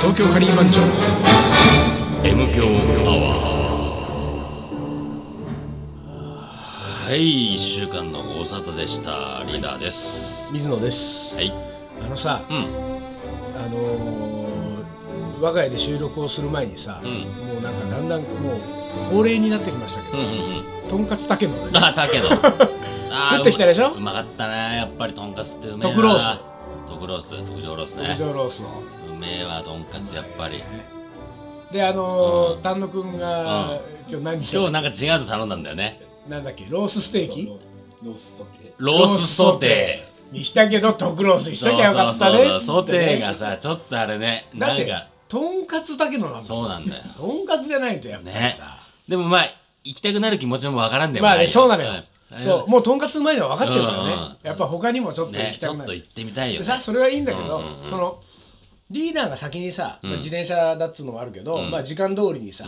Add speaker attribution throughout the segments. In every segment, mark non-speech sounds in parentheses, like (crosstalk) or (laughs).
Speaker 1: 東京カリー番長
Speaker 2: M 強アワーはい1週間のご無沙汰でしたリーダーです
Speaker 1: 水野です
Speaker 2: はい
Speaker 1: あのさ、あのー、我が家で収録をする前にさ、もうなんかだんだんもう恒例になってきましたけど、とんかつたけの
Speaker 2: (laughs)
Speaker 1: ね
Speaker 2: あだけ
Speaker 1: (laughs)
Speaker 2: ど
Speaker 1: 食ってきたでしょ
Speaker 2: うまかったなやっぱりとんかつってうめえな
Speaker 1: 特ロース
Speaker 2: 特ロース特上ロース
Speaker 1: 特
Speaker 2: ね
Speaker 1: 上ロースを
Speaker 2: うめえわとんかつやっぱり
Speaker 1: であのー、丹野くんが、今日何し
Speaker 2: 今日なんか違うの頼んだんだよね
Speaker 1: なんだっけロースステーキ
Speaker 2: ロースソテ
Speaker 1: ー
Speaker 2: ー
Speaker 1: にしたけど特ロースにしときゃよかったね
Speaker 2: そうそうそうソ
Speaker 1: っつってね
Speaker 2: テーがさちょっとあれね
Speaker 1: だっ
Speaker 2: なん
Speaker 1: て
Speaker 2: か
Speaker 1: とんかつだけのなんだ
Speaker 2: そうなんだよ
Speaker 1: とんかつじゃないとやっぱり
Speaker 2: ね
Speaker 1: さ、
Speaker 2: でもまあ行きたくなる気持ちもわからんでも
Speaker 1: まあ
Speaker 2: ない
Speaker 1: ねそうなのよ、
Speaker 2: うん
Speaker 1: そうもうとんかつうまいのは分かってるからね、
Speaker 2: うんうん
Speaker 1: やっぱ他にもちょっと行
Speaker 2: ね
Speaker 1: き
Speaker 2: ち
Speaker 1: た
Speaker 2: ょ
Speaker 1: くな
Speaker 2: っ
Speaker 1: る、
Speaker 2: と行ってみたいよ
Speaker 1: で
Speaker 2: ね
Speaker 1: さそれはいいんだけど、そのリーダーが先にさ、まあ、自転車だっつうのもあるけど、まあ、時間通りにさ、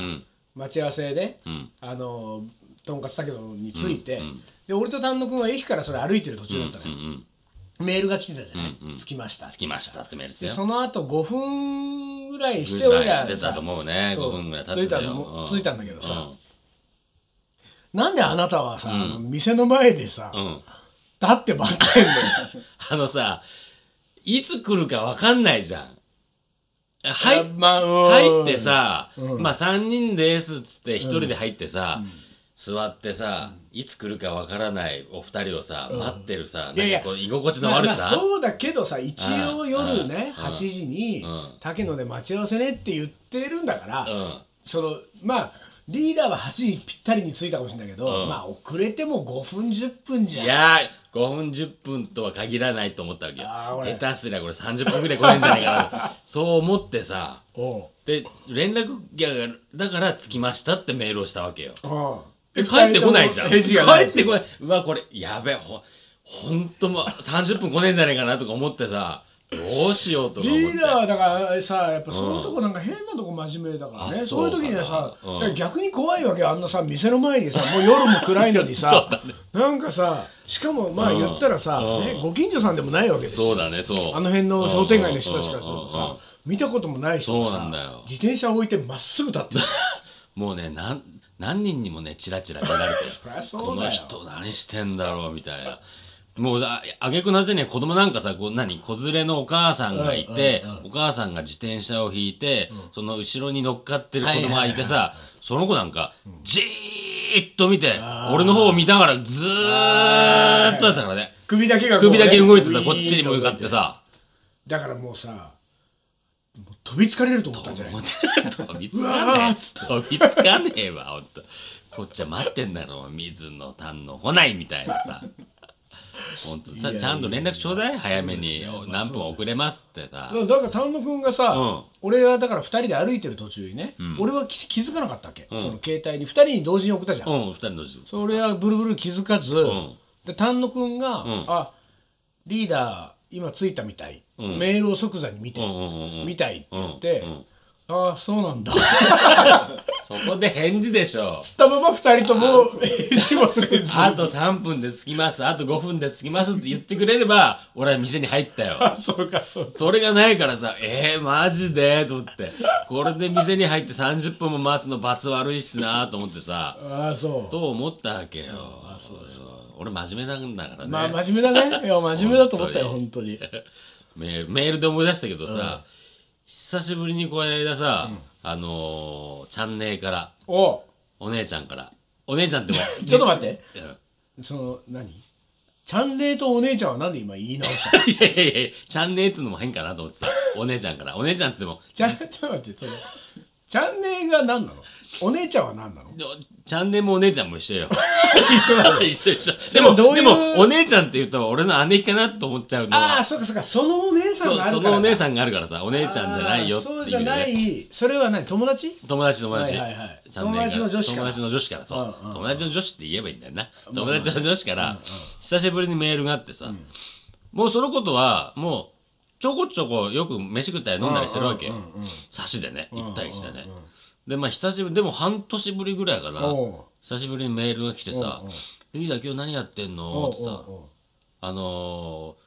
Speaker 1: 待ち合わせで、あのとんかつたけどに着いて、で俺と丹野くんは駅からそれ歩いてる途中だったのよ、メールが来てたじゃない、着きました
Speaker 2: 着きましたってメールして
Speaker 1: で
Speaker 2: よ
Speaker 1: その後5分ぐらいして
Speaker 2: ぐ
Speaker 1: 俺
Speaker 2: らい
Speaker 1: ら
Speaker 2: してたと思うね
Speaker 1: そう
Speaker 2: 5分ぐらい経ってた
Speaker 1: 着いた
Speaker 2: よ
Speaker 1: の
Speaker 2: うん
Speaker 1: 着いたんだけどさ、
Speaker 2: うん
Speaker 1: なんであなたはさ、あの店の前でさ、
Speaker 2: うん
Speaker 1: 立ってばってん
Speaker 2: (laughs)
Speaker 1: のよ
Speaker 2: あのさいつ来るかわかんないじゃん
Speaker 1: あ
Speaker 2: 入っ
Speaker 1: まあうん
Speaker 2: 入ってさまあ3人ですっつって1人で入ってさ座ってさいつ来るかわからないお二人をさ待ってるさ
Speaker 1: いや
Speaker 2: ないん
Speaker 1: や
Speaker 2: かこう居心地の悪
Speaker 1: まあまあ
Speaker 2: さ
Speaker 1: そうだけどさ一応夜ね
Speaker 2: うん
Speaker 1: 8時に
Speaker 2: ん
Speaker 1: 竹野で待ち合わせねって言ってるんだから、
Speaker 2: うん
Speaker 1: そのまあリーダーは8時ぴったりに着いたかもしれないけど、まあ遅れても5分10分じ
Speaker 2: い
Speaker 1: ゃん
Speaker 2: やー5分10分とは限らないと思ったわけよ
Speaker 1: あー俺
Speaker 2: 下手すりゃこれ30分ぐらい来ないんじゃないかな
Speaker 1: (laughs)
Speaker 2: とそう思ってさ
Speaker 1: おう
Speaker 2: で連絡がだから着きましたってメールをしたわけよ
Speaker 1: おう
Speaker 2: で帰ってこないじゃん
Speaker 1: 二人とも返事がない
Speaker 2: 帰ってこないうわこれやべえほほんともう30分来ねえんじゃないかなとか思ってさどうしようとか思っ
Speaker 1: リ
Speaker 2: て
Speaker 1: ーダーだからさやっぱそういうとこなんか変なとこ真面目だからね、
Speaker 2: あ
Speaker 1: そういう時にはさ、
Speaker 2: そうかなうん
Speaker 1: だから逆に怖いわけよあんなさ店の前にさもう夜も暗いのに
Speaker 2: (laughs)
Speaker 1: さ、なんかさしかもまあ言ったらさ、ね、ご近所さんでもないわけです
Speaker 2: そう
Speaker 1: よ
Speaker 2: だねそう
Speaker 1: あの辺の商店街の人たちからするとさ見たこともない人が
Speaker 2: そうな
Speaker 1: さ
Speaker 2: んだよ
Speaker 1: 自転車を置いてまっすぐ立ってる
Speaker 2: もうねなん何人にもねチラチラ見られて (laughs)
Speaker 1: そりゃそうだよ
Speaker 2: この人何してんだろうみたいなもうああげくの果てには子供なんかさこう何子連れのお母さんがいて、お母さんが自転車を引いて、その後ろに乗っかってる子供がいてさ、その子なんかじーっと見て、俺の方を見ながらずーっとだったからね
Speaker 1: 首だけがこうね
Speaker 2: 首だけ動いてたこっちに向かってさ
Speaker 1: だからもうさもう飛びつかれると思ったんじゃない
Speaker 2: もうちょっと飛びつか
Speaker 1: うわー
Speaker 2: ね
Speaker 1: っ
Speaker 2: え飛びつかねえわほんとこっちは待ってんだろ水野丹野来ないみたいなさほんとさちゃんと連絡ちょうだい早めに何分遅れますってさ
Speaker 1: だから丹野くんがさ、
Speaker 2: うん
Speaker 1: 俺はだから2人で歩いてる途中にね、俺はき気づかなかったわけ、その携帯に2人に同時に送ったじゃん、
Speaker 2: うん二人の時
Speaker 1: それはブルブル気づかず、
Speaker 2: ん
Speaker 1: で丹野くんが、あリーダー今着いたみたい、メールを即座に見て、
Speaker 2: うんうんうん
Speaker 1: みたいって言って、ああそうなんだつ
Speaker 2: そこで返事でしょ
Speaker 1: ったまま2人とも返事もせず
Speaker 2: あと3分で着きますあと5分で着きますって言ってくれれば俺は店に入ったよ
Speaker 1: あそうかそう
Speaker 2: それがないからさえー、マジでと思ってこれで店に入って30分も待つの罰悪いしなと思ってさ
Speaker 1: ああそう
Speaker 2: と思ったわけよ。俺真面目なんだからね、
Speaker 1: まあ真面目だねいや真面目だと思ったよ本
Speaker 2: 本
Speaker 1: 当に
Speaker 2: メールメールで思い出したけどさ、久しぶりにこの間さ、あのー、チャンネルから
Speaker 1: お
Speaker 2: お姉ちゃんからお姉ちゃんっても
Speaker 1: (laughs) ちょっと待って
Speaker 2: うん
Speaker 1: その何チャンネルとお姉ちゃんはなんで今言い直したの (laughs)
Speaker 2: いやいやいやチャンネルっつうのも変かなと思ってさお姉ちゃんからお姉ちゃんっつっても
Speaker 1: ちゃんちょっと待ってそのチャンネルが何なのお姉ちゃんは何なの
Speaker 2: でチャンネルもお姉ちゃんも一緒よ
Speaker 1: 一緒な
Speaker 2: (laughs) 一緒一緒
Speaker 1: で
Speaker 2: で
Speaker 1: も
Speaker 2: も
Speaker 1: どういう
Speaker 2: でもお姉ちゃんって言うと俺の姉貴かなと思っちゃうの
Speaker 1: あ
Speaker 2: は
Speaker 1: あそうかそうかそのお姉さ
Speaker 2: そ
Speaker 1: ん
Speaker 2: う
Speaker 1: があ
Speaker 2: そ
Speaker 1: るか
Speaker 2: の
Speaker 1: ら
Speaker 2: お姉さんがあるからさお姉ちゃんじゃないよっていう
Speaker 1: あーそう
Speaker 2: 意味
Speaker 1: じゃ
Speaker 2: でね
Speaker 1: ないそれは何友達
Speaker 2: 友達友達、
Speaker 1: はいはいはい
Speaker 2: チャンネ
Speaker 1: 友
Speaker 2: ル
Speaker 1: 達の女子から
Speaker 2: 友達の女子からそう、
Speaker 1: うんうん
Speaker 2: 友達の女子って言えばいいんだよな、友達の女子から、久しぶりにメールがあってさ、もうそのことはもうちょこちょこよく飯食ったり飲んだりしてるわけよ、差しでね行ったりしてね、でまあ久しぶりでも半年ぶりぐらいかな
Speaker 1: お
Speaker 2: 久しぶりにメールが来てさ「リーダー今日何やってんの?」ってさ
Speaker 1: おうおう
Speaker 2: あのー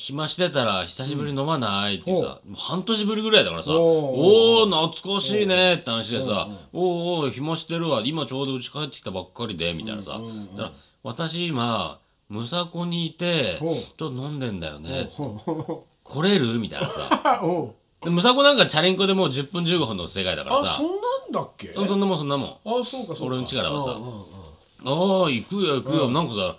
Speaker 2: 暇してたら久しぶりに飲まないってさ、もう半年ぶりぐらいだからさ「お
Speaker 1: お
Speaker 2: おー懐かしいね」って話でさ「おーおー暇してるわ今ちょうど家帰ってきたばっかりで」みたいなさ、だから私今むさこにいてち
Speaker 1: おう
Speaker 2: ょっと飲んでんだよね (laughs)
Speaker 1: お
Speaker 2: 来れるみたいなさ
Speaker 1: お
Speaker 2: でむさこなんかチャリンコでもう10分15分の世界だから
Speaker 1: あ
Speaker 2: さ
Speaker 1: そんなんだっけ
Speaker 2: そんなもんそんなもん
Speaker 1: あそうかそうか
Speaker 2: 俺の力はさ
Speaker 1: うんうんうん
Speaker 2: ああ行くよ行くよ、なんかさ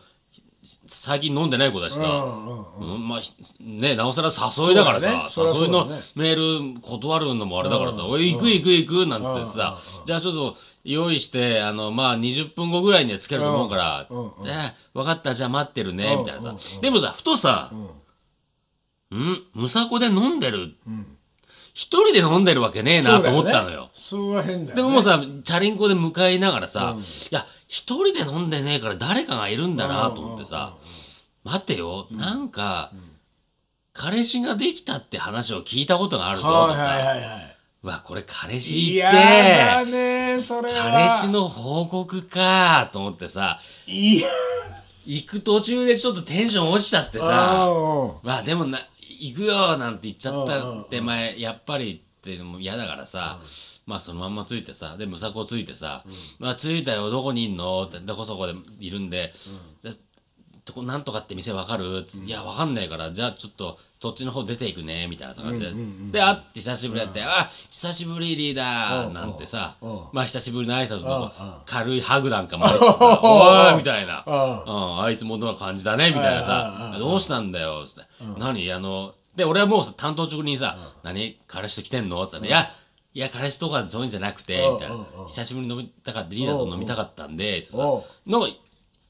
Speaker 2: 最近飲んでない子だしさ、
Speaker 1: うんうん
Speaker 2: うんまあひねなおさら誘いだからさ、
Speaker 1: そうだねそ
Speaker 2: 誘い
Speaker 1: りゃそ
Speaker 2: の
Speaker 1: うだね
Speaker 2: メール断るのもあれだからさ「おい行く行く行く」なんつってさ、じゃあちょっと用意してあのまあ20分後ぐらいにはつけると思うから「
Speaker 1: うんうん
Speaker 2: で分かったじゃあ待ってるね」
Speaker 1: うん
Speaker 2: みたいなさ、でもさふとさ「んむさこで飲んでる、一人で飲んでるわけねえな」と思ったのよ。
Speaker 1: そうだねそれは変だよね
Speaker 2: でももうさ、チャリンコで向かいながらさ、いや、一人で飲んでねえから誰かがいるんだなと思ってさ、待てよ、なんか、彼氏ができたって話を聞いたことがあるぞと
Speaker 1: は
Speaker 2: か
Speaker 1: い
Speaker 2: さ、
Speaker 1: はいはいは
Speaker 2: うわ、これ彼
Speaker 1: い
Speaker 2: 氏
Speaker 1: い
Speaker 2: い
Speaker 1: やだ
Speaker 2: て、
Speaker 1: ねそれは
Speaker 2: 彼氏の報告かと思ってさ、
Speaker 1: いや
Speaker 2: 行く途中でちょっとテンション落ちちゃって
Speaker 1: あ
Speaker 2: さ、まあでもな、行くよなんて言っちゃったって前、やっぱりっていうのも嫌だからさ、まあそのまんまついてさ、で、むさこついてさ、まあついたよ、どこにいんのって、どこそこでいるんで、じゃとこなんとかって店わかるついや、わかんないから、じゃあちょっと、そっちの方出ていくね、みたいな感じで。で、あって久しぶりだって、あ、久しぶりリーダーなんてさ
Speaker 1: うんうん、
Speaker 2: まあ久しぶりの挨拶の
Speaker 1: うんうん
Speaker 2: 軽いハグなんかもあっ
Speaker 1: (laughs)
Speaker 2: てさ、おいみたいな。
Speaker 1: あ
Speaker 2: うん、あいつもどんな感じだねみたいなさ「どうしたんだよ」つって「何あの」で俺はもうさ担当直にさ「何彼氏と来てんの?」つって「いやいや彼氏とかそういうんじゃなくて」みたいな
Speaker 1: うん
Speaker 2: 「久しぶりに飲みたかったリーダーと飲みたかったんで」つってさ
Speaker 1: お
Speaker 2: なんか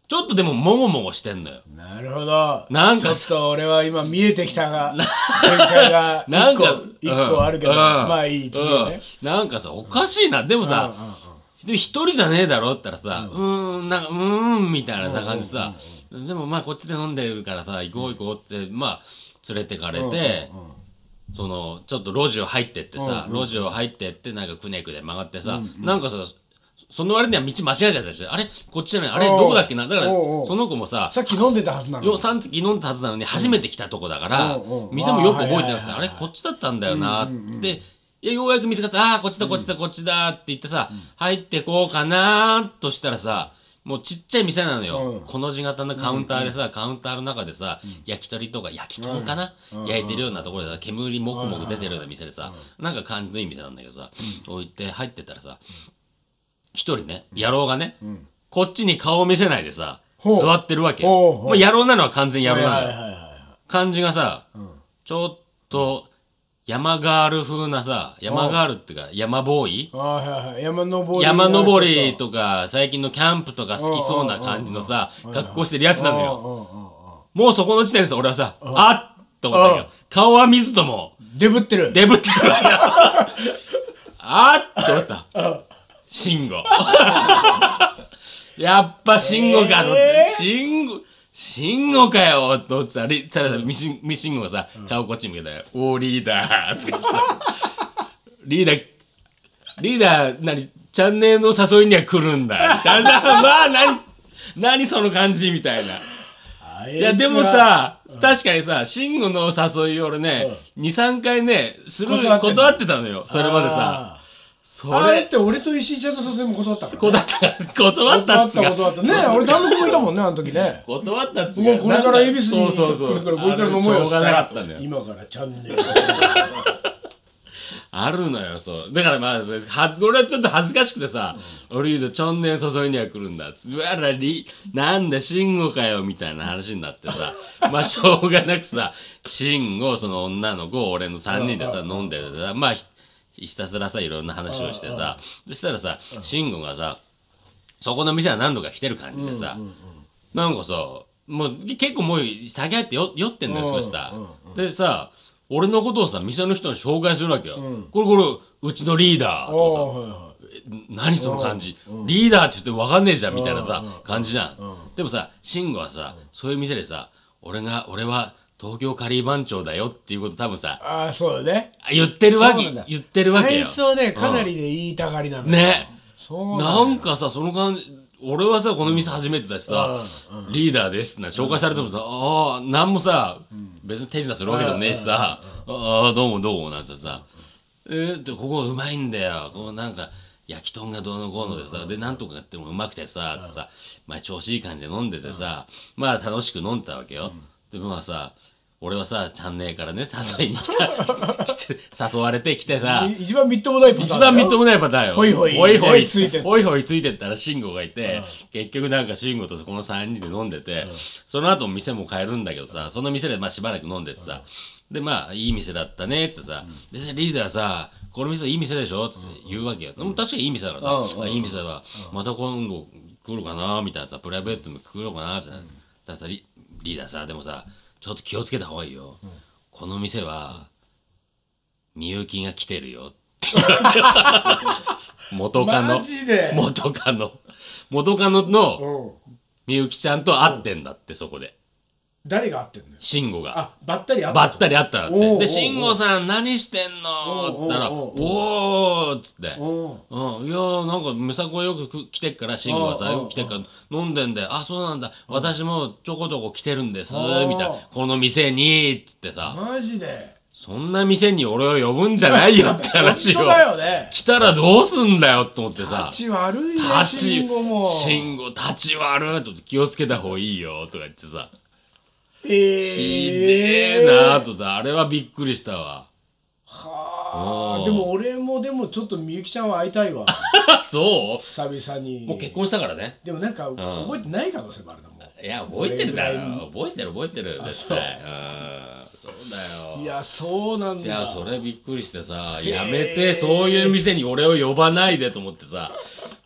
Speaker 2: ちょっとでももごもごしてんのよ。
Speaker 1: なるほど
Speaker 2: なんか
Speaker 1: ちょっと俺は今見えてきたが展開が
Speaker 2: (laughs) な
Speaker 1: 1
Speaker 2: ん
Speaker 1: 個
Speaker 2: か
Speaker 1: 一個あるけど
Speaker 2: うん
Speaker 1: まあいい事情ね
Speaker 2: うんなんかさおかしいなでもさ
Speaker 1: うんうんうん
Speaker 2: で一人じゃねえだろって言ったらさ、うーん、なんか、うーん、みたいなさ感じさ、でもまあこっちで飲んでるからさ、行こう行こうって、まあ、連れてかれて、その、ちょっと路地を入ってってさ、路地を入ってって、なんかくねくね曲がってさ、なんかさ、その割には道間違えちゃったりして、あれこっちじゃないあれ
Speaker 1: おう
Speaker 2: どこだっけなだから、
Speaker 1: おうおう
Speaker 2: その子もさ、
Speaker 1: さっき飲んでたはずなの
Speaker 2: よ
Speaker 1: に
Speaker 2: さん飲んだはずなのに初めて来たとこだから、
Speaker 1: うんうんうん
Speaker 2: 店もよく覚えてないんですよ、
Speaker 1: あー
Speaker 2: あれこっちだったんだよなって、でいやようやく見つかって「ああこっちだこっちだこっちだ」って言ってさ、入ってこうかなーとしたらさもうちっちゃい店なのよ、
Speaker 1: うん
Speaker 2: この字型のカウンターでさ、カウンターの中でさ、焼き鳥とか焼き豚かな、焼いてるようなところでさ煙もくもく出てるような店でさ、なんか感じのいい店なんだけどさ、置いて入ってったらさ一人ね野郎がね、こっちに顔を見せないでさ
Speaker 1: ほう
Speaker 2: 座ってるわけよ
Speaker 1: ほうほう
Speaker 2: もう野郎なのは完全に野郎な
Speaker 1: はい
Speaker 2: の
Speaker 1: はい
Speaker 2: よ
Speaker 1: はい
Speaker 2: 感じがさ、ちょっと山ガール風なさ山ガールっていうか山ボーイ
Speaker 1: はいはいはい山登り
Speaker 2: 山登りとか最近のキャンプとか好きそうな感じのさ格好してるやつなのよ
Speaker 1: よ
Speaker 2: もうそこの時点でさ俺はさあっと思ったよ顔は見ずとも
Speaker 1: デブってる
Speaker 2: デブってるわよあっと思った慎吾やっぱ慎吾かと思って
Speaker 1: えー
Speaker 2: 慎吾慎吾かよと思ってさりさらさミシンミシンゴがさ顔こっち向けたよ「おーリーダー」つってさリーダーリーダー何チャンネルの誘いには来るんだみたいな (laughs) まあ何何その感じみたいな。い
Speaker 1: い
Speaker 2: やでもさ、確かにさ、慎吾の誘いを俺ね、2、3回ね、する
Speaker 1: 断ってんの
Speaker 2: 断ってたのよ、それまでさ。
Speaker 1: あ
Speaker 2: そ
Speaker 1: ーあれっ
Speaker 2: れ、
Speaker 1: て俺と石井ちゃんの誘いも断ったから
Speaker 2: 断った、断った
Speaker 1: 断
Speaker 2: っ
Speaker 1: っ
Speaker 2: つ
Speaker 1: た
Speaker 2: うか
Speaker 1: 断ったね俺単独もいたもんねあの時ね
Speaker 2: 断ったっつう
Speaker 1: もうこれから恵比寿に
Speaker 2: そうそうそう。
Speaker 1: これからこれから飲もう
Speaker 2: あ
Speaker 1: よ
Speaker 2: れしょうがなかったんだよ。
Speaker 1: 今からチャン
Speaker 2: (laughs)
Speaker 1: ネル
Speaker 2: あるのよ、そう。だからまあ、そうですはず俺はちょっと恥ずかしくてさ、俺言うと、チョンネル誘いには来るんだっつ。うわらり、なんだ、慎吾かよ、みたいな話になって
Speaker 1: (laughs)
Speaker 2: さ、まあ、しょうがなくさ、慎吾、その女の子、俺の3人でさ、飲んでてさ、まあ、ひひたすらさ、いろんな話をしてさ、そしたらさ、慎吾がさ、そこの店は何度か来てる感じでさ、なんかさもう結構もう酒入ってよ酔ってんだよ少しさ、でさ俺のことをさ店の人に紹介するわけよ、これこれうちのリーダーとかさ
Speaker 1: お
Speaker 2: 何その感じ、リーダーって言って分かんねえじゃんみたいなさ、感じじゃん、でもさ慎吾はさ、そういう店でさ俺が俺は東京カリー番長だよっていうこと多分さ
Speaker 1: ああそうだね
Speaker 2: 言ってるわ
Speaker 1: そうなん
Speaker 2: け
Speaker 1: だ
Speaker 2: 言ってるわ
Speaker 1: あ
Speaker 2: けよ
Speaker 1: いつはねかなりね言いたがりなの
Speaker 2: ね
Speaker 1: そうな
Speaker 2: なんんかさその感じ俺はさこの店初めてだしさ、リーダーですな紹介されてもさ、ああ何もさ、別に手品するわけでもねえしさ、ああどうもどうもなんてさ、えー、ってここうまいんだよこうなんか焼き豚がどうのこうのでさ、でなんとかやってもうまくてさ、つってさ前調子いい感じで飲んでてさ、まあ楽しく飲んでたわけよ、でまあさ俺はさチャンネルからね誘いに来 (laughs) た来て誘われて来てさ
Speaker 1: い一番みっともないパターン
Speaker 2: 一番みっと
Speaker 1: も
Speaker 2: もないパターンよ。
Speaker 1: ほいほい
Speaker 2: ほいほ
Speaker 1: ほ
Speaker 2: い
Speaker 1: いついてった
Speaker 2: ほいほいついてったら慎吾がいて、結局なんか慎吾とこの3人で飲んでて、その後店も変えるんだけどさ、その店でまあしばらく飲んでてさ、でまあいい店だったねっつってさ、別にリーダーさ、この店いい店でしょっつって言うわけよ。でも確かにいい店だからさ、
Speaker 1: うん
Speaker 2: あいい店だから、また今度来るかなみたいなさ、プライベートでも来るかなみたいな。たださリリーダーさ、でもさ、ちょっと気をつけた方がいいよ。この店は、みゆきが来てるよ。 (laughs) 元カノ
Speaker 1: マジで
Speaker 2: 元カノ元カノの
Speaker 1: うん
Speaker 2: みゆきちゃんと会ってんだってそこで
Speaker 1: 誰が合ってんのよ
Speaker 2: 慎吾が
Speaker 1: あばったり合って
Speaker 2: ばったり会ったんだっ
Speaker 1: おうおうお
Speaker 2: て
Speaker 1: う
Speaker 2: で慎吾さん何してんのって言ったら
Speaker 1: お
Speaker 2: 「
Speaker 1: うおう
Speaker 2: おお」っつって「
Speaker 1: おう
Speaker 2: うん、いやーなんかむさこよくく来てっから慎吾が
Speaker 1: おう
Speaker 2: さ
Speaker 1: おう
Speaker 2: よく来てっから飲んでんで「あそうなんだ私もちょこちょこ来てるんです」
Speaker 1: おう
Speaker 2: みたいな「この店に」っつってさ
Speaker 1: マジで
Speaker 2: 「そんな店に俺を呼ぶんじゃないよ」って話を
Speaker 1: 本当だよね
Speaker 2: 来たらどうすんだよと思ってさ
Speaker 1: 口悪いね
Speaker 2: 立ち
Speaker 1: 慎吾も
Speaker 2: 慎吾立ち悪いと気をつけた方がいいよとか言ってさ
Speaker 1: え
Speaker 2: ひ
Speaker 1: え
Speaker 2: でえなとさあれはびっくりしたわ (laughs)
Speaker 1: はあでも俺もでもちょっとみゆきちゃんは会いたいわ
Speaker 2: そ
Speaker 1: 久々に
Speaker 2: うもう結婚したからね
Speaker 1: でもなんか覚えてない可能性もあるなもん
Speaker 2: いや覚えてるだ
Speaker 1: 俺ぐら
Speaker 2: ろ覚えてる覚えてる絶対そううんそうだよ
Speaker 1: いやそうなんだ
Speaker 2: いやそれびっくりしてさやめ
Speaker 1: へ
Speaker 2: て
Speaker 1: え
Speaker 2: そういう店に俺を呼ばないでと思ってさ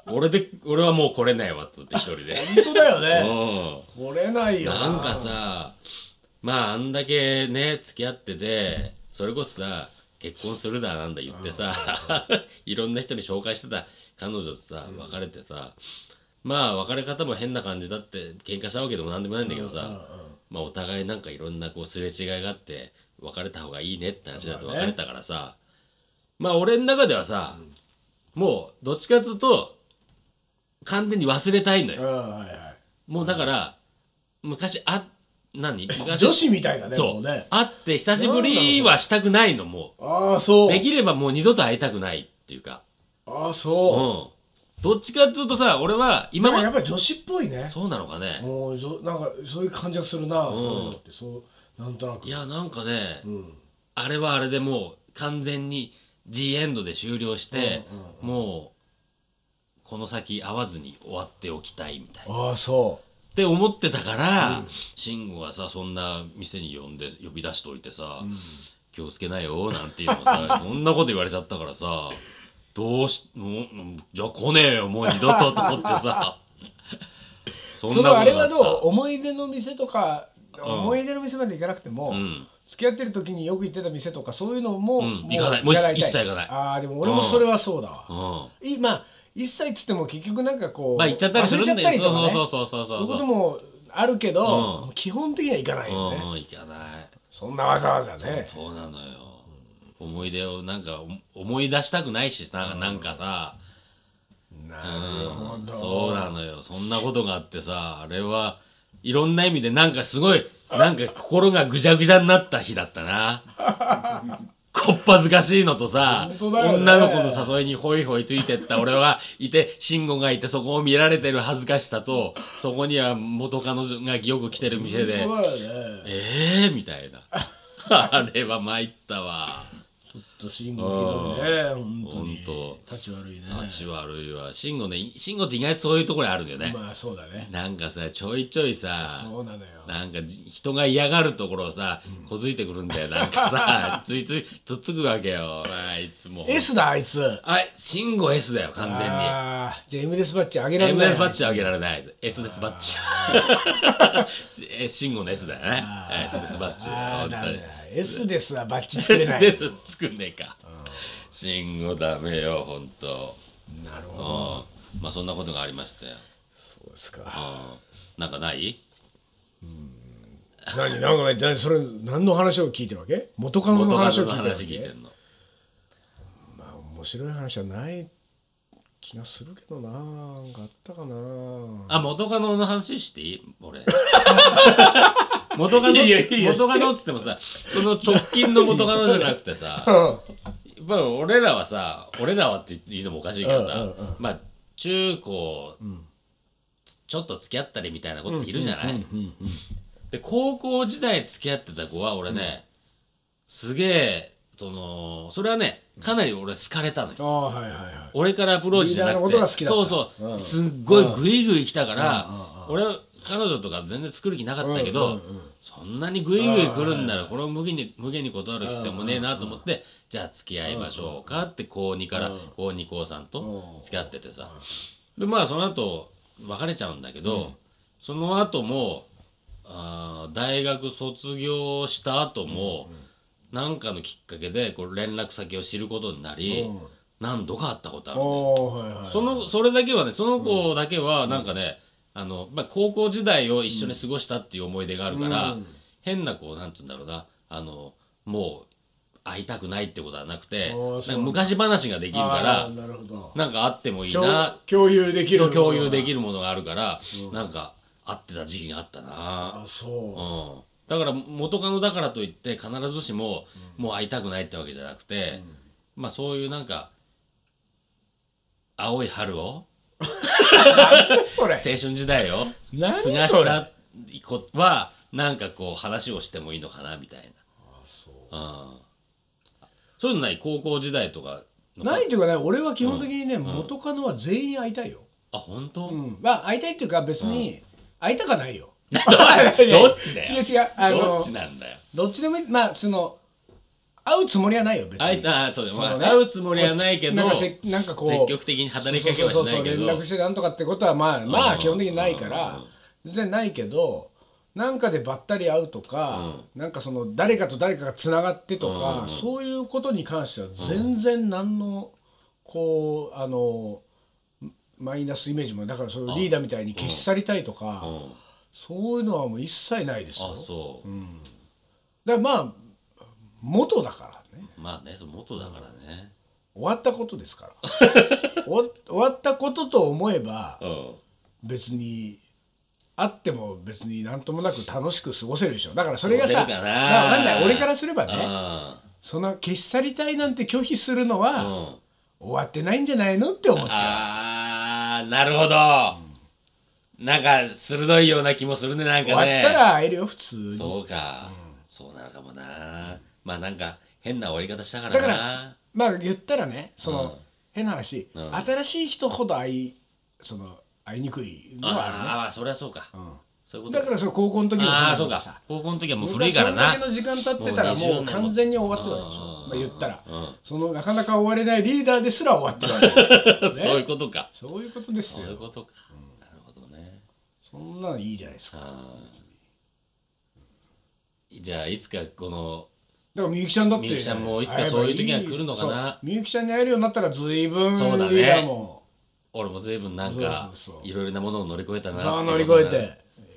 Speaker 2: 俺で俺はもう来れないわと思って一人で
Speaker 1: 本当だよね
Speaker 2: うん
Speaker 1: 来れないよ
Speaker 2: なんかさまああんだけね付き合っててそれこそさ結婚するだなんだ言ってさ (laughs) いろんな人に紹介してた彼女とさ別れてさまあ別れ方も変な感じだって喧嘩したわけでも何でもないんだけどさまあお互いなんかいろんなこうすれ違いがあって別れた方がいいねって話だと
Speaker 1: まあね
Speaker 2: 別れたからさまあ俺の中ではさもうどっちかっつうと完全に忘れたいのよ
Speaker 1: うんはいは
Speaker 2: もうだから、昔あ何
Speaker 1: い
Speaker 2: 昔
Speaker 1: 女子みたいだね
Speaker 2: そ
Speaker 1: も
Speaker 2: う、
Speaker 1: うね
Speaker 2: 会って久しぶりはしたくないのも
Speaker 1: ああそうう
Speaker 2: できればもう二度と会いたくないっていうか
Speaker 1: ああ
Speaker 2: うん
Speaker 1: そ
Speaker 2: どっちかっていうとさ俺は
Speaker 1: うだ
Speaker 2: 今
Speaker 1: からや
Speaker 2: は
Speaker 1: っぱり女子っぽいね
Speaker 2: そうなのかね
Speaker 1: もうぞなんかそういう感じがするな、そういうのってそうなんとなく
Speaker 2: いやなんかね、あれはあれでもう完全に G エンドで終了して、もうこの先会わずに終わっておきたいみたいな
Speaker 1: ああそ
Speaker 2: って思ってたから、慎吾がさそんな店に呼んで呼び出しておいてさ、気をつけなよなんていうのもさ (laughs) そんなこと言われちゃったからさどうしもうじゃあ来ねえよもう二度とと思ってさそ
Speaker 1: うん (laughs) そのあれ
Speaker 2: が
Speaker 1: はどう思い出の店とか、思い出の店まで行かなくても、付き合ってる時によく行ってた店とかそういうのも,、
Speaker 2: ん
Speaker 1: もう
Speaker 2: 行かないもう
Speaker 1: た
Speaker 2: 一切行かない
Speaker 1: ああでも俺もそれはそうだわ、
Speaker 2: うん
Speaker 1: いまあ一切っつっても結局なんかこう、
Speaker 2: まあ行っちゃったりするんだ
Speaker 1: 忘
Speaker 2: よ
Speaker 1: れちゃったりとか、ね、
Speaker 2: そうそうそうそうそ
Speaker 1: そ
Speaker 2: う
Speaker 1: ういうこともあるけど、基本的には行かないよね、
Speaker 2: うん行かない
Speaker 1: そんなわざわざね
Speaker 2: そうなのよ、思い出をなんか思い出したくないしさ、なんかさ
Speaker 1: なるほど、
Speaker 2: そうなのよそんなことがあってさあれはいろんな意味でなんかすごいなんか心がぐじゃぐじゃになった日だっ
Speaker 1: (laughs)
Speaker 2: たなこっぱずかしいのとさ、
Speaker 1: 本当だよね
Speaker 2: 女の子の誘いにホイホイついてった俺がいて慎吾がいてそこを見られてる恥ずかしさとそこには元彼女がよく来てる店で
Speaker 1: 本当だよね
Speaker 2: ええー、みたいな (laughs) あれは参ったわ
Speaker 1: ちょっと慎吾ひどいね本当
Speaker 2: 本
Speaker 1: に
Speaker 2: 当
Speaker 1: 立ち悪いね
Speaker 2: 立ち悪いわ慎吾ね慎吾って意外とそういうところあるんだよね、
Speaker 1: まあそうだね
Speaker 2: なんかさちょいちょいさ
Speaker 1: そうなのよ
Speaker 2: なんかじ人が嫌がるところをさ、こづいてくるんだよ。なんかさ、
Speaker 1: (laughs)
Speaker 2: ついつい、つっつくわけよ。あいつも。
Speaker 1: S だあいつ
Speaker 2: あ、慎吾 S だよ、完全に。
Speaker 1: あーじゃあ M デスバッチ上げられ
Speaker 2: M
Speaker 1: ない
Speaker 2: デスバッチはあげられない。S デスバッチ。 (laughs) え慎吾の S だよね。S デスバッチ
Speaker 1: あー
Speaker 2: だ
Speaker 1: ダ
Speaker 2: よ。
Speaker 1: メ
Speaker 2: 本
Speaker 1: だ S ですはバッチ
Speaker 2: 当
Speaker 1: 作
Speaker 2: に。
Speaker 1: れ
Speaker 2: S
Speaker 1: ない
Speaker 2: デス作んねえか。慎吾ダメよ、ほんと。
Speaker 1: なるほ
Speaker 2: う
Speaker 1: ど
Speaker 2: んまあそんなことがありましたよ。
Speaker 1: そうですか
Speaker 2: うんなんかない
Speaker 1: 何なんかね何それ何の話を聞いてるわけ元カノの
Speaker 2: 元カ
Speaker 1: 話
Speaker 2: ノ
Speaker 1: を
Speaker 2: の
Speaker 1: 聞いてるわ
Speaker 2: 話聞い
Speaker 1: け
Speaker 2: てんの。
Speaker 1: まあ面白い話はない気がするけどななん (laughs) かあったかな
Speaker 2: あ、元カノの話していい
Speaker 1: (laughs)
Speaker 2: 俺。元カノ、
Speaker 1: いいよいいよ
Speaker 2: 元カノっつってもさ、その直近の元カノじゃなく
Speaker 1: (laughs)
Speaker 2: てさ、やっぱ俺らはさ、俺らはって言ってもおかしいけど
Speaker 1: うん
Speaker 2: さ
Speaker 1: う、
Speaker 2: まあ、中高、ちょっと付き合ったりみたいな子っているじゃないで、高校時代付き合ってた子は俺ね、すげえ、その、それはね、かなり俺好かれたのよ。
Speaker 1: ああはいはいは
Speaker 2: 俺からアプローチじゃなく
Speaker 1: リーダーのこと
Speaker 2: て
Speaker 1: が好きだった
Speaker 2: そうそう、すっごいグイグイ来たから、俺彼女とか全然作る気なかったけど、そんなにグイグイ来るんならこれを無限に無限に断る必要もねえなと思って、じゃあ付き合いましょうかって高2から高2高3と付き合っててさ、でまあその後別れちゃうんだけど、その後もあー大学卒業した後も、なんかのきっかけでこう連絡先を知ることになり、何度か会ったことあ
Speaker 1: い
Speaker 2: る
Speaker 1: おおはいはい
Speaker 2: そのそれだけはねその子だけはなんかね、あのまあ、高校時代を一緒に過ごしたっていう思い出があるから、変なこうなんつうんだろうなあのもう会いたくないってことはなくて
Speaker 1: あーそう
Speaker 2: なんか昔話ができる
Speaker 1: あ
Speaker 2: か
Speaker 1: ーなるほど
Speaker 2: らなんか会ってもいい
Speaker 1: 共
Speaker 2: な
Speaker 1: 共有でき
Speaker 2: そう
Speaker 1: る
Speaker 2: 共有で
Speaker 1: る
Speaker 2: きるものがあるから、なんか会ってた時期があったな
Speaker 1: あ、そ
Speaker 2: うん、だから元カノだからといって必ずしも、もう会いたくないってわけじゃなくて、まあそういうなんか青い春を
Speaker 1: う (laughs) それ
Speaker 2: 青春時代を過
Speaker 1: 何
Speaker 2: ご
Speaker 1: それ
Speaker 2: した子はなんかこう話をしてもいいのかなみたいなうんそういうのない高校時代とかの
Speaker 1: ないというかね俺は基本的にね、元カノは全員会いたいよ、
Speaker 2: あ本当、
Speaker 1: うん、まあ会いたいっていうか別に会いたかないよ、
Speaker 2: (laughs) どっちだよ
Speaker 1: (laughs) 違う違うあの
Speaker 2: どっちなんだよ
Speaker 1: どっちでもいいまあその会うつもりはないよ別に
Speaker 2: 会いたあそうだ、まあ
Speaker 1: そのね
Speaker 2: 会うつもりはないけど
Speaker 1: こっちなんかせなんかこう
Speaker 2: 積極的に働きかけはしな
Speaker 1: そうそ
Speaker 2: いけ
Speaker 1: うそうそう連絡
Speaker 2: ど
Speaker 1: してなんとかってことはまあまあ基本的にないから全然ないけどなんかでばったり会うとか、なんかその誰かと誰かがつながってとか、そういうことに関しては全然何のこうあのマイナスイメージもだからそのリーダーみたいに消し去りたいとか、そういうのはもう一切ないですよ
Speaker 2: あそう、
Speaker 1: だからまあ元だからね
Speaker 2: まあねその元だからね
Speaker 1: 終わったことですから
Speaker 2: (laughs)
Speaker 1: 終わ終わったことと思えば
Speaker 2: うん
Speaker 1: 別にあっても別になんともなく楽しく過ごせるでしょだからそれが
Speaker 2: 過
Speaker 1: さ
Speaker 2: ごせるかな
Speaker 1: ななんだよ俺からすればね
Speaker 2: あ
Speaker 1: その消し去りたいなんて拒否するのは、
Speaker 2: ーうん
Speaker 1: 終わってないんじゃないのって思っちゃ
Speaker 2: あーなるほど、なんか鋭いような気もするねなん
Speaker 1: う終
Speaker 2: か
Speaker 1: わ
Speaker 2: ね
Speaker 1: ったら会えるよ普通に
Speaker 2: そうか、そうなのかもなまあなんか変な終わり方したから
Speaker 1: だ
Speaker 2: な
Speaker 1: からまあ言ったらねその、変な話、
Speaker 2: うん
Speaker 1: 新しい人ほど会いその会いにくいのはあるね
Speaker 2: あーあーそりゃそうか、そういうこと
Speaker 1: だからそれ高校の時の
Speaker 2: ああー
Speaker 1: 話
Speaker 2: そう
Speaker 1: とか
Speaker 2: か
Speaker 1: さ
Speaker 2: 高校の時はもう
Speaker 1: 僕
Speaker 2: 古
Speaker 1: が
Speaker 2: いからな
Speaker 1: そんだけの時間経ってたら
Speaker 2: もう20
Speaker 1: もう完全に終わってるわけでしょまあ言ったら
Speaker 2: うん
Speaker 1: そのなかなか終われないリーダーですら終わってるわけですよ
Speaker 2: そういうことか
Speaker 1: そういうことです
Speaker 2: そういう
Speaker 1: よ
Speaker 2: ことか、なるほどね
Speaker 1: そんなのいいじゃないですかだか
Speaker 2: じゃあいつかこの
Speaker 1: らみゆきちゃんだって
Speaker 2: みゆきちゃんもいつかそういう時が来るのかな
Speaker 1: そうみゆきちゃんに会えるようになったら随分リ
Speaker 2: そうだね
Speaker 1: ーダーも
Speaker 2: 俺も随分なんか
Speaker 1: そうそうそう
Speaker 2: いろいろなものを乗り越えたなってい
Speaker 1: ざわ
Speaker 2: こと
Speaker 1: 乗
Speaker 2: に
Speaker 1: り
Speaker 2: な
Speaker 1: 越えて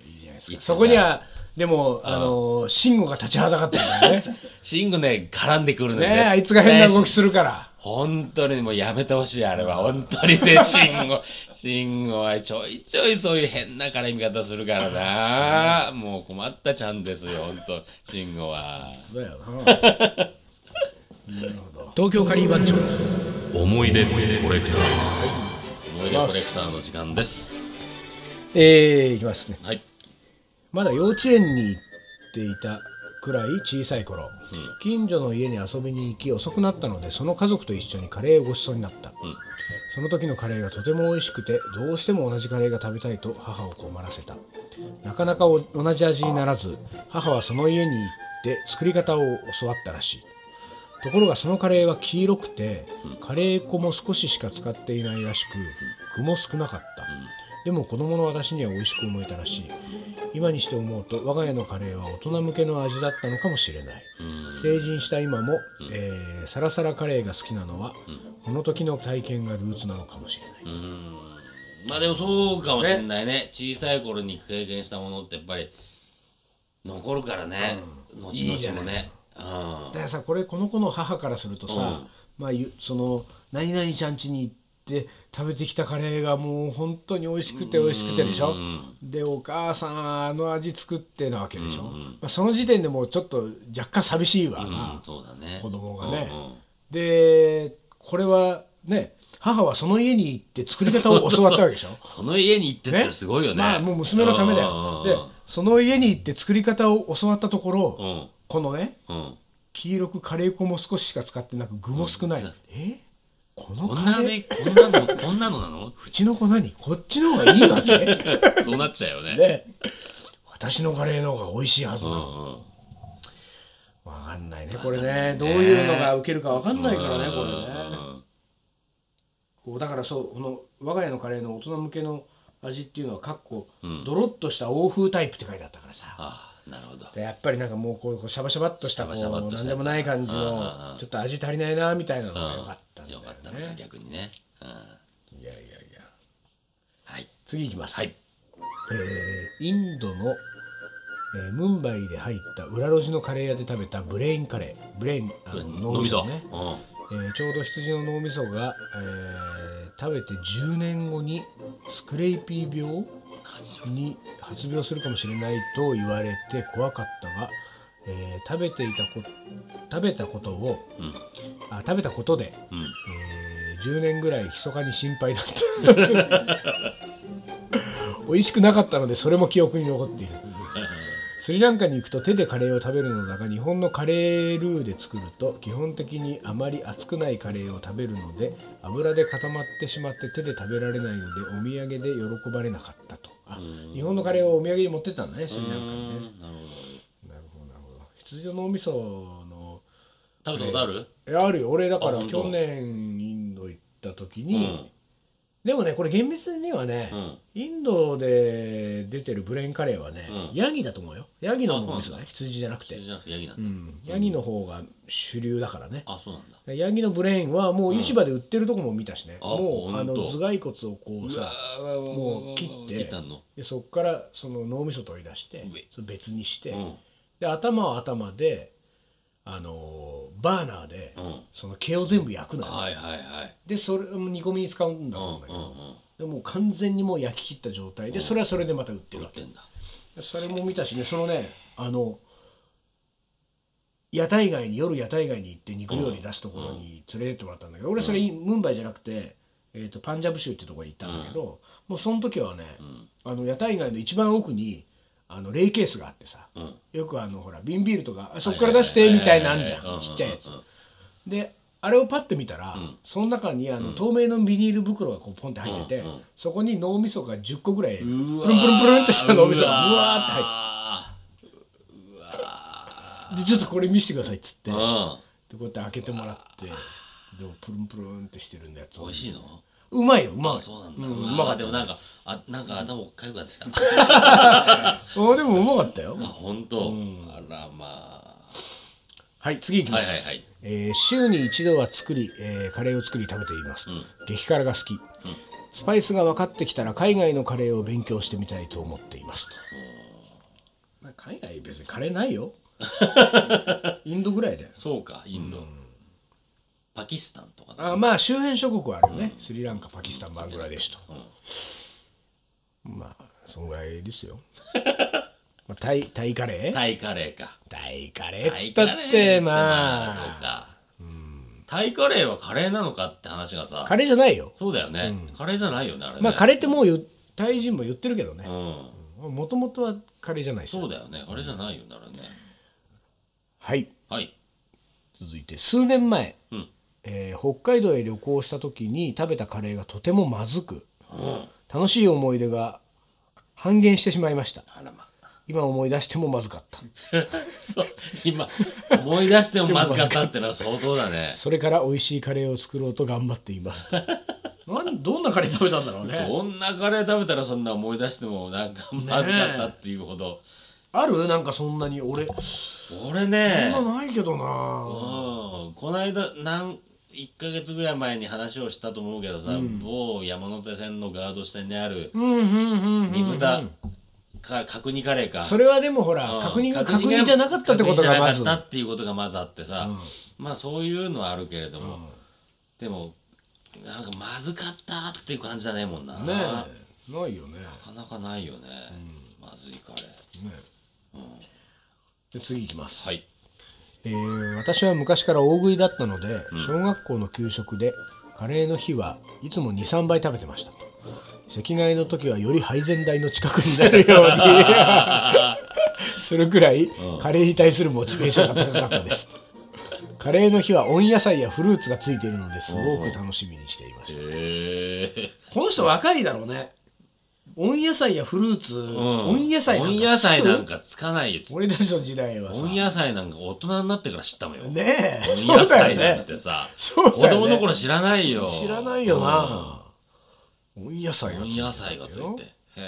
Speaker 1: いいじゃないですかそこにはでもあの慎吾が立ちはだかってるから
Speaker 2: (laughs)
Speaker 1: ね
Speaker 2: シングね絡んでくるの
Speaker 1: ね
Speaker 2: 絶対
Speaker 1: あいつが変な動きするから
Speaker 2: 本当にもうやめてほしいあれは本当にね慎 (laughs) 吾慎吾はちょいちょいそういう変な絡み方するからなもう困ったちゃんですよ本当慎吾は
Speaker 1: だよななるほど東京カリー番長
Speaker 2: 思い出コレクター思い出コレクターの時間です
Speaker 1: えー、いきますね
Speaker 2: はい
Speaker 1: まだ幼稚園に行っていたくらい小さい頃、近所の家に遊びに行き遅くなったのでその家族と一緒にカレーをごちそうになった、その時のカレーがとても美味しくてどうしても同じカレーが食べたいと母を困らせたなかなかお同じ味にならず母はその家に行って作り方を教わったらしいところがそのカレーは黄色くてカレー粉も少ししか使っていないらしく具も少なかったでも子供の私には美味しく思えたらしい今にして思うと我が家のカレーは大人向けの味だったのかもしれない成人した今も、えーサラサラカレーが好きなのはこの時の体験がルーツなのかもしれない、
Speaker 2: まあでもそうかもしんないね小さい頃に経験したものってやっぱり残るからね、後
Speaker 1: いいじゃ
Speaker 2: 々
Speaker 1: な
Speaker 2: も
Speaker 1: い
Speaker 2: ねうん
Speaker 1: だからさこれこの子の母からするとさ、まあゆその何々ちゃん家に行っって食べてきたカレーがもう本当に美味しくて美味しくてでしょでお母さんあの味作ってなわけでしょ、まあ、その時点でもうちょっと若干寂しいわ
Speaker 2: うん
Speaker 1: な、
Speaker 2: そうだね
Speaker 1: 子供がね、でこれはね母はその家に行って作り方を教わったわけでしょ
Speaker 2: そうその家に行ってったらすごいよね
Speaker 1: まあもう娘のためだよ
Speaker 2: うんうん
Speaker 1: でその家に行って作り方を教わったところ、
Speaker 2: うん
Speaker 1: このね
Speaker 2: うん
Speaker 1: 黄色くカレー粉も少ししか使ってなく具も少ない、えこの
Speaker 2: こん
Speaker 1: カ
Speaker 2: な
Speaker 1: レー
Speaker 2: べこんなのこんなのなの (laughs)
Speaker 1: うちの子何こっちの方がいいわけ (laughs)
Speaker 2: そうなっちゃうよね
Speaker 1: ね私のカレーの方が美味しいはずな
Speaker 2: うんう
Speaker 1: の、
Speaker 2: ん
Speaker 1: わかんないねこれねどういうのが受けるかわかんないからねこれねこうだからそうこの我が家のカレーの大人向けの味っていうのはかっこドロッとした欧風タイプって書いてあったからさ、
Speaker 2: ああなるほど
Speaker 1: でやっぱりなんかもうこうこうシャバシャバっとしたこう
Speaker 2: シャバシャバっと
Speaker 1: 何
Speaker 2: した
Speaker 1: で
Speaker 2: やつ
Speaker 1: もない感じ
Speaker 2: うん
Speaker 1: のちょっと味足りないなみたいなのが良かったんだ
Speaker 2: よ
Speaker 1: よ
Speaker 2: かった
Speaker 1: ね
Speaker 2: な逆にねうん
Speaker 1: いやいやいや
Speaker 2: はい
Speaker 1: 次いきます、
Speaker 2: はい
Speaker 1: えーインドの、えームンバイで入った裏路地のカレー屋で食べたブレインカレーブレインあの脳
Speaker 2: 脳
Speaker 1: み
Speaker 2: みそ
Speaker 1: そね、
Speaker 2: うん
Speaker 1: えーちょうど羊の脳みそが、えー食べて10年後にスクレイピー病に発病するかもしれないと言われて怖かったが、えー食べていたこ食べたことを、あ食べたことで、えー10年ぐらい密かに心配だった美味しくなかったのでそれも記憶に残っているスリランカに行くと手でカレーを食べるのだが日本のカレールーで作ると基本的にあまり熱くないカレーを食べるので油で固まってしまって手で食べられないのでお土産で喜ばれなかったとあ日本のカレーをお土産に持ってったんだねスリランカにね
Speaker 2: うんなるほど
Speaker 1: なるほどなるほど羊の脳みその
Speaker 2: 食べたことある
Speaker 1: いやあるよ俺だから
Speaker 2: あ本当
Speaker 1: 去年インド行った時に、でもねこれ厳密にはね、
Speaker 2: ん
Speaker 1: インドで出てるブレインカレーはね、ヤギだと思うよヤギの脳みそだね羊じゃなくて
Speaker 2: 羊じゃなくてヤギなんだ
Speaker 1: ヤギの方が主流だからね、
Speaker 2: あそうなんだ
Speaker 1: ヤギのブレインはもう市場で売ってるとこも見たしね、
Speaker 2: あ
Speaker 1: もうあ
Speaker 2: ほんと
Speaker 1: の頭蓋骨をこうさもう切って
Speaker 2: 切ったの
Speaker 1: でそこからその脳みそ取り出して
Speaker 2: え
Speaker 1: それ別にして、
Speaker 2: ん
Speaker 1: で頭は頭で、あのーバーナーで、
Speaker 2: ん
Speaker 1: その毛を全部焼くのよ
Speaker 2: はいはいはい
Speaker 1: でそれも煮込みに使うんだと思うんだけ
Speaker 2: う
Speaker 1: ど、
Speaker 2: んうん
Speaker 1: でもう完全にもう焼き切った状態で、それはそれでまた売ってる
Speaker 2: 売
Speaker 1: わ
Speaker 2: っ
Speaker 1: け
Speaker 2: てんだ
Speaker 1: それも見たしねそのねあの屋台街に夜屋台街に行って肉料理出すところに連れてってもらったんだけど、俺それムンバイじゃなくて、えー、とパンジャブ州ってところに行ったんだけど、もうその時はね、あの屋台街の一番奥にあの冷ケースがあってさ、よくあのほら瓶ビールとかあそこから出してみたいなのあんじゃんちっちゃいやつ。であれをパッて見たら、その中にあの透明のビニール袋がこうポンって入ってて、そこに脳みそが10個ぐらいプルンプルンプルンってした脳みそがブワーって入って
Speaker 2: あ
Speaker 1: でちょっとこれ見せてくださいっつってで
Speaker 2: ー
Speaker 1: こ
Speaker 2: うん
Speaker 1: うやって開けてもらってでもプルンプルンってしてるんだやつ
Speaker 2: 美味しいの
Speaker 1: うまいようまい
Speaker 2: あそうなんだ
Speaker 1: うんう
Speaker 2: う
Speaker 1: ま
Speaker 2: わ
Speaker 1: か
Speaker 2: あ
Speaker 1: っ
Speaker 2: で
Speaker 1: た
Speaker 2: もなんかあなんか頭かゆくなってきた
Speaker 1: あでもうまかったよ
Speaker 2: (laughs) あ本当あらまあ
Speaker 1: はい次いきます、
Speaker 2: はいはいはい
Speaker 1: えー週に一度は作り、えーカレーを作り食べていますと、激辛が好き、スパイスが分かってきたら海外のカレーを勉強してみたいと思っていますと、まあ、海外別にカレーないよ (laughs) インドぐらいだよ
Speaker 2: そうかインドパキスタンとか
Speaker 1: あまあ周辺諸国はあるよね、スリランカパキスタンバングラデシュと、まあそんぐらいですよ (laughs) まあタイタイカレー
Speaker 2: タイカレーか
Speaker 1: タイカレーっつったってま
Speaker 2: そ
Speaker 1: あ
Speaker 2: うかタイカレーはカレーなのかって話がさ
Speaker 1: カレーじゃないよ
Speaker 2: そうだよねカレーじゃないよねあれね
Speaker 1: まあカレーってもう言うタイ人も言ってるけどね
Speaker 2: うん
Speaker 1: もともとはカレーじゃないですよ
Speaker 2: そうだよねカレーじゃないよねあれね
Speaker 1: はい
Speaker 2: はい
Speaker 1: 続いて数年前、
Speaker 2: ん
Speaker 1: えー北海道へ旅行した時に食べたカレーがとてもまずく、楽しい思い出が半減してしまいました
Speaker 2: あらまあ
Speaker 1: 今思い出してもまずかった
Speaker 2: (laughs) そう今思い出してもまずかったってのは相当だね
Speaker 1: それから美味しいカレーを作ろうと頑張っています (laughs) なんどんなカレー食べたんだろ
Speaker 2: (laughs)
Speaker 1: うね
Speaker 2: どんなカレー食べたらそんな思い出してもなんかまずかったっていうほ (laughs) ど、
Speaker 1: あるなんかそんなに俺
Speaker 2: 俺ね
Speaker 1: そんなないけど
Speaker 2: う
Speaker 1: なん
Speaker 2: この間なん1ヶ月ぐらい前に話をしたと思うけどさ、某山手線のガード下にある
Speaker 1: うんうんうん
Speaker 2: 煮豚か角煮カレーか
Speaker 1: それはでもほら
Speaker 2: うん
Speaker 1: 角煮が角煮じゃなかったってことが
Speaker 2: 角煮じゃな
Speaker 1: ま
Speaker 2: か
Speaker 1: ず
Speaker 2: ったっていうことがまずあってさ、まあそういうのはあるけれども、でもなんかまずかったっていう感じじゃないもんな、
Speaker 1: ね
Speaker 2: な
Speaker 1: えないよね
Speaker 2: かなかないよね、まずいカレー
Speaker 1: ねで次いきます、
Speaker 2: はい
Speaker 1: えー私は昔から大食いだったので、小学校の給食でカレーの日はいつも23倍食べてましたと席替えの時はより配膳台の近くになるよ
Speaker 2: (laughs)
Speaker 1: うにするくらいカレーに対するモチベーションが高かったですとカレーの日は温野菜やフルーツがついているのですごく楽しみにしていました
Speaker 2: へえ
Speaker 1: この人若いだろうね温野菜やフルーツ、温野菜なん
Speaker 2: 温
Speaker 1: か
Speaker 2: 野菜な
Speaker 1: 作
Speaker 2: ん
Speaker 1: る
Speaker 2: かつかないよ
Speaker 1: 俺たちの時代はさ
Speaker 2: 温野菜なんか大人になってから知ったもんよ温
Speaker 1: ねえ
Speaker 2: 野
Speaker 1: そうだ
Speaker 2: 菜
Speaker 1: よ
Speaker 2: な
Speaker 1: ね
Speaker 2: んてさ、
Speaker 1: そうだよ
Speaker 2: 子
Speaker 1: ね
Speaker 2: 供の頃知らないよ
Speaker 1: 知らないよな、温野菜がつい
Speaker 2: 温
Speaker 1: て
Speaker 2: 野菜がついてへ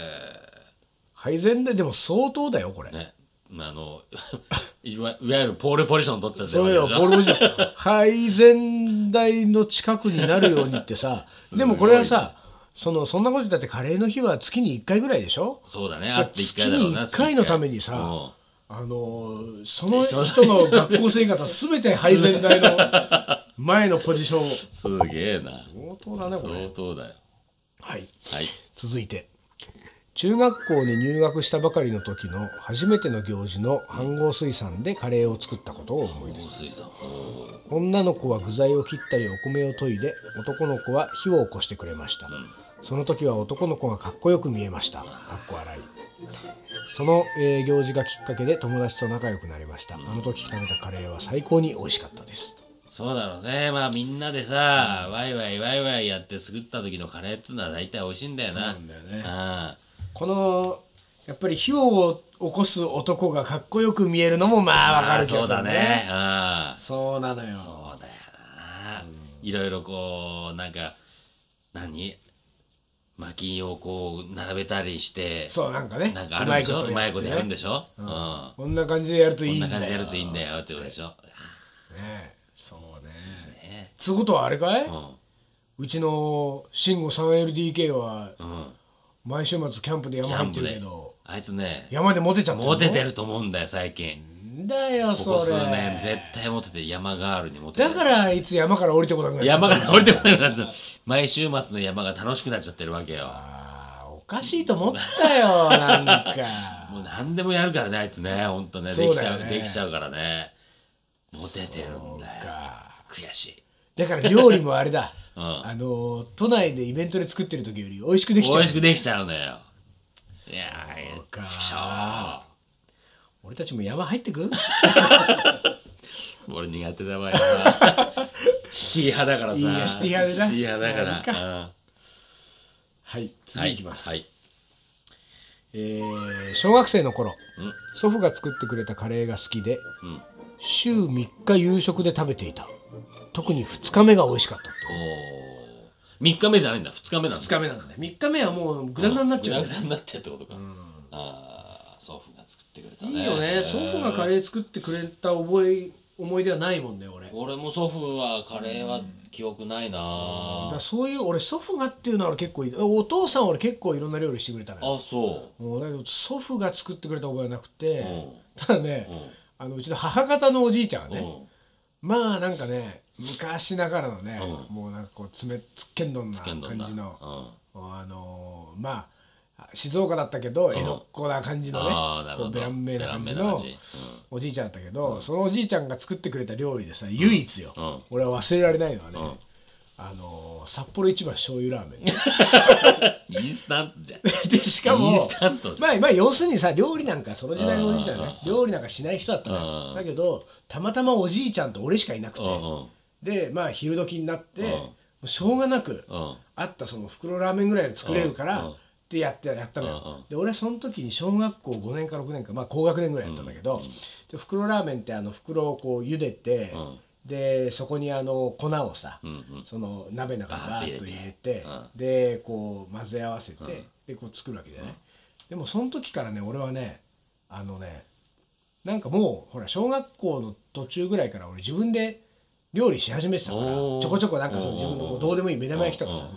Speaker 1: 配膳ででも相当だよこれ、
Speaker 2: えねまああの (laughs) いわいわゆるポールポジション取っちゃって
Speaker 1: そ
Speaker 2: る
Speaker 1: うよ
Speaker 2: わ
Speaker 1: ボール
Speaker 2: けで
Speaker 1: ボジョン配膳台の近くになるようにって
Speaker 2: (laughs)
Speaker 1: さでもこれはさそのそんなこと言ったってカレーの日は月に1回ぐらいでしょ
Speaker 2: しょそうだね
Speaker 1: だ
Speaker 2: あ
Speaker 1: か
Speaker 2: っ
Speaker 1: ら
Speaker 2: て一
Speaker 1: 月
Speaker 2: 回だろう
Speaker 1: に
Speaker 2: な
Speaker 1: 1回のためにさ、
Speaker 2: うん
Speaker 1: あのーその人の学校生活は全て配膳台の前のポジション
Speaker 2: すげえな
Speaker 1: 相当だねこれ
Speaker 2: 相当だよ
Speaker 1: はい
Speaker 2: (laughs) はい
Speaker 1: 続いて中学校に入学したばかりの時の初めての行事の飯合水産でカレーを作ったことを思い出す
Speaker 2: 大水さん
Speaker 1: 女の子は具材を切ったりお米を研いで男の子は火を起こしてくれました、その時は男の子がかっこよく見えましたかっこ笑いその、えー行事がきっかけで友達と仲良くなりました、あの時食べたカレーは最高に美味しかったです
Speaker 2: そうだろうねまあみんなでさワイワイワイワイやって作った時のカレーっつうのは大体美味しいんだよな
Speaker 1: そうなんだよね
Speaker 2: あ
Speaker 1: このやっぱり火を起こす男がかっこよく見えるのもまあわか
Speaker 2: あ
Speaker 1: る気が
Speaker 2: そう
Speaker 1: する
Speaker 2: だ
Speaker 1: ね
Speaker 2: ねああ
Speaker 1: そうなのよ
Speaker 2: そうだよな、いろいろこうなんか何薪をこう並べたりして
Speaker 1: そうなんかね
Speaker 2: なんかあるでしょうまいことやるん
Speaker 1: で
Speaker 2: でしょ、うんこ
Speaker 1: こんな感じでやるといい
Speaker 2: ん
Speaker 1: んだ
Speaker 2: な
Speaker 1: よ
Speaker 2: 感じでやるといいんだよってことでしょ、
Speaker 1: ねそうね
Speaker 2: ね
Speaker 1: つうことはあれかい、う
Speaker 2: うん
Speaker 1: ちの慎吾 3LDK は
Speaker 2: うん、
Speaker 1: 毎週末キャンプで山入ってるけど
Speaker 2: あいつね
Speaker 1: 山でモテちゃってるの
Speaker 2: モテてると思うんだよ最近
Speaker 1: んだよ
Speaker 2: こ
Speaker 1: それ
Speaker 2: こ数年絶対モテて山ガールにモテて
Speaker 1: だ
Speaker 2: る
Speaker 1: からあいつ山から降りてこなくなっちゃった
Speaker 2: 山が降りてこなくなっちゃった毎週末の山が楽しくなっちゃってるわけよ
Speaker 1: あーおかしいと思った
Speaker 2: (laughs)
Speaker 1: よなんか
Speaker 2: もう何でもやるからねあいつねほんとね
Speaker 1: そ
Speaker 2: で
Speaker 1: う
Speaker 2: きち
Speaker 1: だよ
Speaker 2: ゃ
Speaker 1: ね
Speaker 2: うできちゃうからねモテてるんだよ
Speaker 1: か
Speaker 2: 悔しい
Speaker 1: だから料理もあれだ、
Speaker 2: うん
Speaker 1: あの都内でイベントで作ってる時より美味しくできち
Speaker 2: 美
Speaker 1: ゃう
Speaker 2: 味しくできちゃうのよいや
Speaker 1: そうか
Speaker 2: ーちくしょ
Speaker 1: 俺たちも山入って
Speaker 2: (laughs)
Speaker 1: く
Speaker 2: う俺苦手だわよ
Speaker 1: (laughs)
Speaker 2: シティ派だからさ
Speaker 1: いいやシティ派だな
Speaker 2: シティ派だ
Speaker 1: まあいい
Speaker 2: からうん
Speaker 1: はい
Speaker 2: はい
Speaker 1: 次いきます、
Speaker 2: はい
Speaker 1: えー小学生の頃祖父が作ってくれたカレーが好きで、週3日夕食で食べていた特に2日目が美味しかった
Speaker 2: おー3日目じゃないんだ2日目なんだ
Speaker 1: 2日目なんだね3日目はもうグダグダになっちゃう、
Speaker 2: グダグダになってってことかああ祖父が作ってくれたね
Speaker 1: いいよね祖父がカレー作ってくれた覚え思い出はないもんね俺だか
Speaker 2: 俺も祖父はカレーは記憶ないなあ
Speaker 1: らそういう俺祖父がっていうのは俺結構いいお父さんは俺結構いろんな料理してくれたのよ
Speaker 2: そ
Speaker 1: もうだけど祖父が作ってくれた覚えはなくて、
Speaker 2: ん
Speaker 1: ただね、あのうちの母方のおじいちゃんは
Speaker 2: うう
Speaker 1: ね、
Speaker 2: ん
Speaker 1: まあなんかね昔ながらのね、もうなんかこうつめつっけんどんな
Speaker 2: けん
Speaker 1: 感
Speaker 2: どんな
Speaker 1: じの、あのーまあ静岡だったけど江戸っ子な感じのね、
Speaker 2: あーなるほ
Speaker 1: こ
Speaker 2: ど
Speaker 1: うベランメイな感じ
Speaker 2: ベラン
Speaker 1: の
Speaker 2: メイな感
Speaker 1: おじいちゃんだったけど、そのおじいちゃんが作ってくれた料理でさ唯一よ、俺は忘れられないのはね、あのー札幌一番醤油ラ
Speaker 2: (laughs)
Speaker 1: ーメンで
Speaker 2: インスタントじゃ
Speaker 1: (laughs)
Speaker 2: ん
Speaker 1: しかも
Speaker 2: インスタント
Speaker 1: まあ、まあ要するにさ料理なんかその時代のおじいちゃんね料理なんかしない人だったのよだけどたまたまおじいちゃんと俺しかいなくて、
Speaker 2: う
Speaker 1: でまあ昼時になって、もうしょうがなく、
Speaker 2: ん
Speaker 1: あったその袋ラーメンぐらいで作れるから、ってやってやったのよ、で俺はその時に小学校5年か6年かまあ高学年ぐらいやったんだけど、で袋ラーメンってあの袋をこう茹でて、でそこにあの粉をさ、その鍋の中にバーッと入れてでこう混ぜ合わせて、でこう作るわけじゃない、でもその時からね俺はねあのねなんかもうほら小学校の途中ぐらいから俺自分で料理し始めてたからち
Speaker 2: おー
Speaker 1: ょこちょこなんかその自分のこうどうでもいい目玉焼きとかさ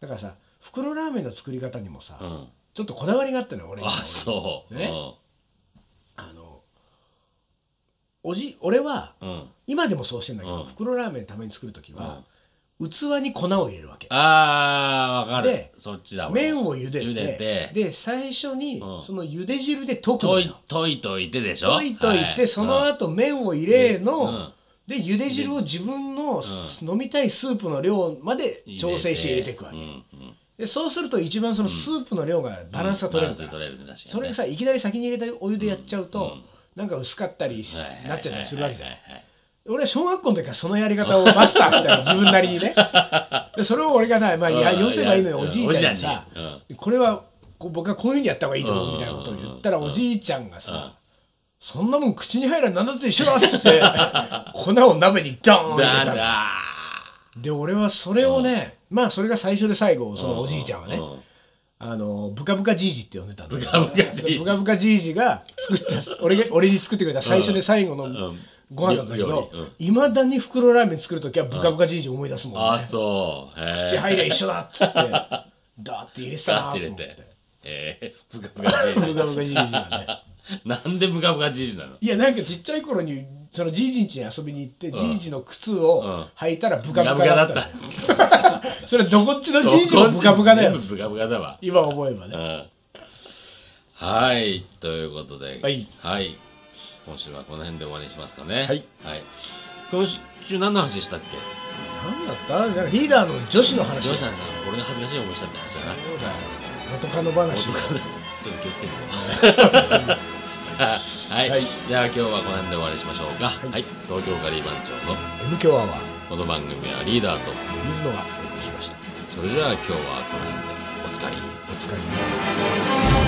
Speaker 1: だからさ袋ラーメンの作り方にもさ、
Speaker 2: ん
Speaker 1: ちょっとこだわりがあったのよ俺
Speaker 2: あそう
Speaker 1: ね
Speaker 2: う
Speaker 1: あのおじ俺は、
Speaker 2: んうん
Speaker 1: 今でもそうしてんだけど、袋ラーメンのために作る時は、器に粉を入れるわけ
Speaker 2: あーわかる
Speaker 1: で
Speaker 2: そっちだ
Speaker 1: 麺を茹でて
Speaker 2: 茹でて
Speaker 1: で最初にその茹で汁で溶くの
Speaker 2: と
Speaker 1: よ
Speaker 2: いといといてでしょ
Speaker 1: 溶いとい
Speaker 2: は
Speaker 1: てその後麺を入れ
Speaker 2: う
Speaker 1: の
Speaker 2: ん
Speaker 1: で茹で汁を自分の飲みたいスープの量まで調整して入れていくわけ
Speaker 2: うんうん
Speaker 1: でそうすると一番そのスープの量がバランスが
Speaker 2: バ
Speaker 1: 取
Speaker 2: ラ
Speaker 1: れ
Speaker 2: ン
Speaker 1: る
Speaker 2: ス
Speaker 1: か
Speaker 2: で
Speaker 1: ら
Speaker 2: 取れるね確かにね
Speaker 1: それがさいきなり先に入れたお湯でやっちゃうとなんか薄かったりし
Speaker 2: はいはいはい
Speaker 1: なっちゃったりするわけじゃない
Speaker 2: はいはいはい
Speaker 1: 俺は小学校の時からそのやり方をマスター
Speaker 2: (laughs)
Speaker 1: したよ自分なりにねでそれを俺がなまあ、いや
Speaker 2: うん
Speaker 1: よせばいいのよ
Speaker 2: い
Speaker 1: お
Speaker 2: や
Speaker 1: じいちゃんにさ
Speaker 2: おじいちゃんに
Speaker 1: これはこう僕はこういうふうにやった方がいいと思うみたいなことを言ったらおじいちゃんがさ、そんなもん口に入らなんだって一緒だっつって
Speaker 2: (laughs)
Speaker 1: 粉を鍋にドーン入れ
Speaker 2: だ
Speaker 1: たの
Speaker 2: だ
Speaker 1: で俺はそれをね、まあそれが最初で最後そのおじいちゃんはね、
Speaker 2: うん
Speaker 1: あのブカブカじいじって呼んでたんだけど
Speaker 2: ブカブカじいじ
Speaker 1: ブカブカじいじが作っ
Speaker 2: (laughs)
Speaker 1: た俺が俺に作ってくれた最初で最後の
Speaker 2: うん
Speaker 1: ご飯だったんだけど
Speaker 2: 料理うん
Speaker 1: いま、未だに袋ラーメン作る時はブカブカじいじ思い出すもんね、
Speaker 2: あそうへ
Speaker 1: 口入りゃ一緒だっつ
Speaker 2: (laughs)
Speaker 1: ってだって入れてた
Speaker 2: だ
Speaker 1: な
Speaker 2: っ
Speaker 1: と
Speaker 2: て
Speaker 1: 思
Speaker 2: 入れ
Speaker 1: ってて
Speaker 2: えー (laughs) ブカブカじい
Speaker 1: ブカブカじいじがね
Speaker 2: (laughs) じなんでブカブカじいじなの
Speaker 1: いやなんかちっちゃい頃にそのじいじん家に遊びに行ってじいじの靴を履いたらブカブカだったのよそれどこっちのじいじもブカブカだよ
Speaker 2: 全部ブカブカだわ
Speaker 1: 今思えばね
Speaker 2: はいということでは
Speaker 1: はい、
Speaker 2: 今週はこの辺で終わりにしますかね
Speaker 1: はい、
Speaker 2: 今週何の話したっけ
Speaker 1: なんだったなんかリーダーの女子の話
Speaker 2: ジョ
Speaker 1: だ
Speaker 2: ー
Speaker 1: よ
Speaker 2: さんさん俺が恥ずかしい思いしたって話だな
Speaker 1: 元カノ話
Speaker 2: 音がねちょっと気をつけては
Speaker 1: (laughs)
Speaker 2: い、
Speaker 1: はい
Speaker 2: じゃあ今日はこの辺で終わりにしましょうかはい、東京カリー番長の
Speaker 1: M 強アワー
Speaker 2: この番組はリーダーと
Speaker 1: 水野がお送りしました
Speaker 2: それじゃあ今日はこの辺でおつかり
Speaker 1: お疲れ様
Speaker 2: 「